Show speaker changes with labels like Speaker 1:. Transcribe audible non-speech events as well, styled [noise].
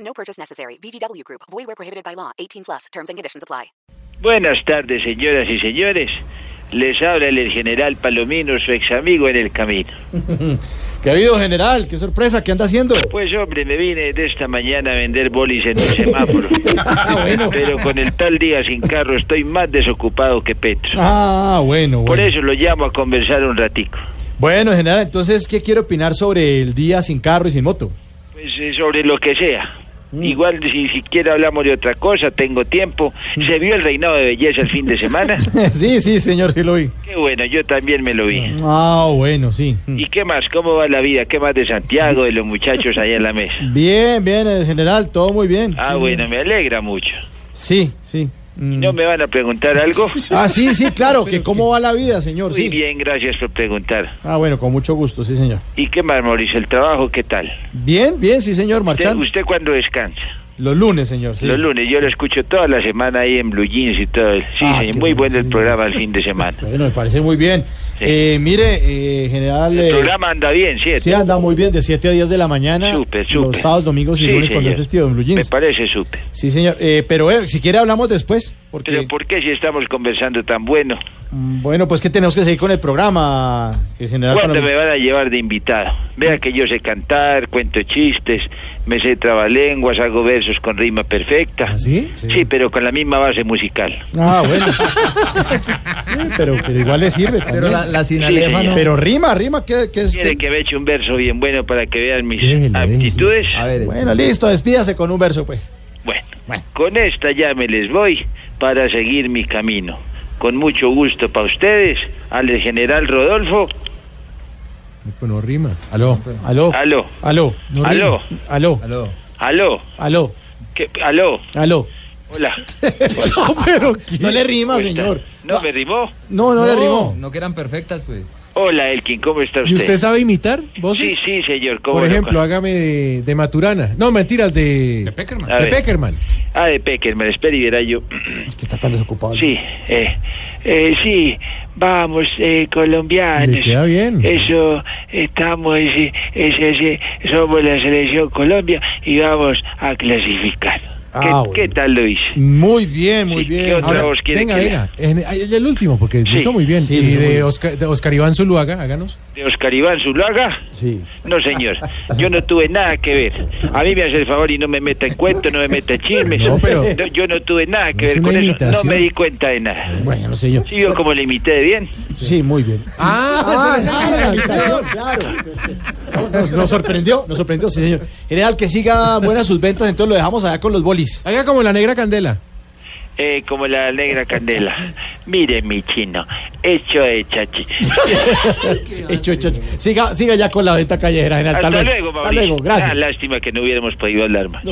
Speaker 1: No purchase necessary. VGW Group. Void where prohibited by law. 18 plus. Terms and conditions apply.
Speaker 2: Buenas tardes, señoras y señores. Les habla el general Palomino, su ex amigo en el camino.
Speaker 3: Querido general, qué sorpresa, ¿qué anda haciendo?
Speaker 2: Pues hombre, me vine de esta mañana a vender bolis en un semáforo. Pero con el tal día sin carro estoy más desocupado que Petro.
Speaker 3: Ah, bueno,
Speaker 2: Por
Speaker 3: bueno.
Speaker 2: eso lo llamo a conversar un ratico.
Speaker 3: Bueno, general, entonces, ¿qué quiere opinar sobre el día sin carro y sin moto? [laughs]
Speaker 2: Pues eh, sobre lo que sea. Igual si siquiera hablamos de otra cosa, tengo tiempo. ¿Se vio el reinado de belleza el fin de semana?
Speaker 3: sí, sí, señor, sí lo vi.
Speaker 2: Qué bueno, yo también me lo vi.
Speaker 3: Ah, bueno, sí.
Speaker 2: ¿Y qué más? ¿Cómo va la vida? ¿Qué más de Santiago, de los muchachos allá en la mesa?
Speaker 3: Bien, bien, eh, general, todo muy bien.
Speaker 2: Ah,
Speaker 3: sí.
Speaker 2: bueno, me alegra mucho.
Speaker 3: Sí, sí. Mm.
Speaker 2: ¿No me van a preguntar algo?
Speaker 3: Ah, sí, sí,
Speaker 2: [laughs]
Speaker 3: claro, que cómo va la vida, señor,
Speaker 2: Muy
Speaker 3: sí.
Speaker 2: bien, gracias por preguntar.
Speaker 3: Ah, bueno, con mucho gusto, sí, señor.
Speaker 2: ¿Y qué más, Mauricio? ¿El trabajo qué tal?
Speaker 3: Bien, bien, sí, señor,
Speaker 2: ¿Usted,
Speaker 3: marchando.
Speaker 2: usted cuándo descansa?
Speaker 3: Los lunes, señor, sí.
Speaker 2: Los lunes, yo lo escucho toda la semana ahí en Blue Jeans y todo. el- Sí,
Speaker 3: Ah,
Speaker 2: señor,
Speaker 3: qué
Speaker 2: muy
Speaker 3: bueno,
Speaker 2: bueno el
Speaker 3: sí.
Speaker 2: programa el fin de semana.
Speaker 3: Bueno, me parece muy bien.
Speaker 2: Sí.
Speaker 3: Eh, mire, eh, general...
Speaker 2: El
Speaker 3: eh,
Speaker 2: programa anda bien, ¿cierto?
Speaker 3: Sí, anda muy bien, de 7 a 10 de la mañana.
Speaker 2: Súper, súper.
Speaker 3: Los sábados, domingos y
Speaker 2: Sí,
Speaker 3: lunes cuando
Speaker 2: señor.
Speaker 3: es festivo en Blue
Speaker 2: Me
Speaker 3: Jeans.
Speaker 2: parece súper.
Speaker 3: Sí, señor. Eh, pero eh, si quiere hablamos después, porque...
Speaker 2: Pero ¿por qué si estamos conversando tan bueno?
Speaker 3: mm, Bueno, pues que tenemos que seguir con el programa, eh, general.
Speaker 2: ¿Cuándo
Speaker 3: Palomino.
Speaker 2: me van a llevar de invitado? Vea que yo sé cantar, cuento chistes, me sé trabalenguas, hago versos con rima perfecta.
Speaker 3: ¿Ah, sí? Sí.
Speaker 2: Sí, pero con la misma base musical.
Speaker 3: Ah, bueno. [laughs] Sí, pero, pero igual le sirve también.
Speaker 4: Pero la, la sin
Speaker 2: Sí,
Speaker 4: Alefa
Speaker 2: señor.
Speaker 4: no.
Speaker 3: Pero rima, rima, ¿qué, qué es?
Speaker 2: ¿Quiere
Speaker 3: qué-
Speaker 2: que me eche un verso bien bueno para que vean mis
Speaker 4: Déjelo,
Speaker 2: aptitudes?
Speaker 4: déjelo. A ver,
Speaker 3: Bueno, listo, despídase con un verso, pues.
Speaker 2: Bueno, con esta ya me les voy para seguir mi camino. Con mucho gusto para ustedes, al general Rodolfo.
Speaker 4: no rima. Aló.
Speaker 3: Aló.
Speaker 2: Aló.
Speaker 3: Aló.
Speaker 4: No
Speaker 2: Aló.
Speaker 3: Aló.
Speaker 4: Aló.
Speaker 2: Aló.
Speaker 3: Aló.
Speaker 2: ¿Qué- aló.
Speaker 3: Aló. [laughs]
Speaker 2: Hola.
Speaker 3: No, pero no le rima,
Speaker 2: Cuesta.
Speaker 3: señor. Ah.
Speaker 2: ¿No me rimó?
Speaker 3: No, no, le rimó.
Speaker 4: No que eran perfectas, pues.
Speaker 2: Hola, Elkin, ¿cómo está usted?
Speaker 5: ¿Y usted sabe imitar voces?
Speaker 2: Pues Sí, sí, señor. ¿cómo
Speaker 5: Por
Speaker 2: no? Ah,
Speaker 5: ejemplo, hágame de, de Maturana. No, mentiras, de... De Peckerman.
Speaker 2: A
Speaker 5: De
Speaker 2: ver.
Speaker 5: Peckerman.
Speaker 2: Ah, de Peckerman, espera y verá yo.
Speaker 3: Es que está tan desocupado.
Speaker 2: Sí, eh, eh, sí, vamos, eh, colombianos.
Speaker 5: Le queda bien.
Speaker 2: Eso, estamos, eh, es- es- eh, somos la selección Colombia y vamos a clasificar.
Speaker 3: Ah,
Speaker 2: ¿Qué,
Speaker 3: bueno.
Speaker 2: qué tal lo hice?
Speaker 3: Muy bien, muy
Speaker 2: Sí,
Speaker 3: bien.
Speaker 2: ¿qué otra
Speaker 3: Ahora,
Speaker 2: voz quiere
Speaker 5: Venga,
Speaker 2: que
Speaker 5: venga. En- ay, el, el último, porque
Speaker 2: Sí.
Speaker 5: lo hizo muy bien.
Speaker 3: Sí, lo
Speaker 5: y
Speaker 3: hizo muy bien.
Speaker 5: de Oscar, de Oscar Iván Zuluaga, háganos.
Speaker 2: ¿De Oscar Iván Zulaga?
Speaker 3: sí.
Speaker 2: No, señor, yo no tuve nada que ver. A mí me hace el favor y no me meta en cuento, no me meta en chismes.
Speaker 5: No, pero-
Speaker 2: yo no tuve nada que
Speaker 5: Es
Speaker 2: ver
Speaker 5: una
Speaker 2: con eso. No
Speaker 5: imitación.
Speaker 2: me di cuenta de nada.
Speaker 3: Bueno, no sé yo.
Speaker 2: ¿Sí vio cómo le imité bien?
Speaker 3: Sí, muy bien. Ah, ah, la habitación, claro. Nos, nos sorprendió, nos sorprendió, sí, señor. General, que siga buenas sus ventas, entonces lo dejamos allá con los bolis.
Speaker 5: Haga como la negra candela.
Speaker 2: Eh, como la negra candela. Mire, mi chino, hecho de
Speaker 3: [laughs]
Speaker 2: chachi.
Speaker 3: Hecho, hecho, hecho. Siga, siga ya con la venta callejera, general.
Speaker 2: Hasta,
Speaker 3: Hasta,
Speaker 2: luego,
Speaker 3: Hasta
Speaker 2: Mauricio.
Speaker 3: luego, gracias.
Speaker 2: Ah, lástima que no hubiéramos podido hablar más.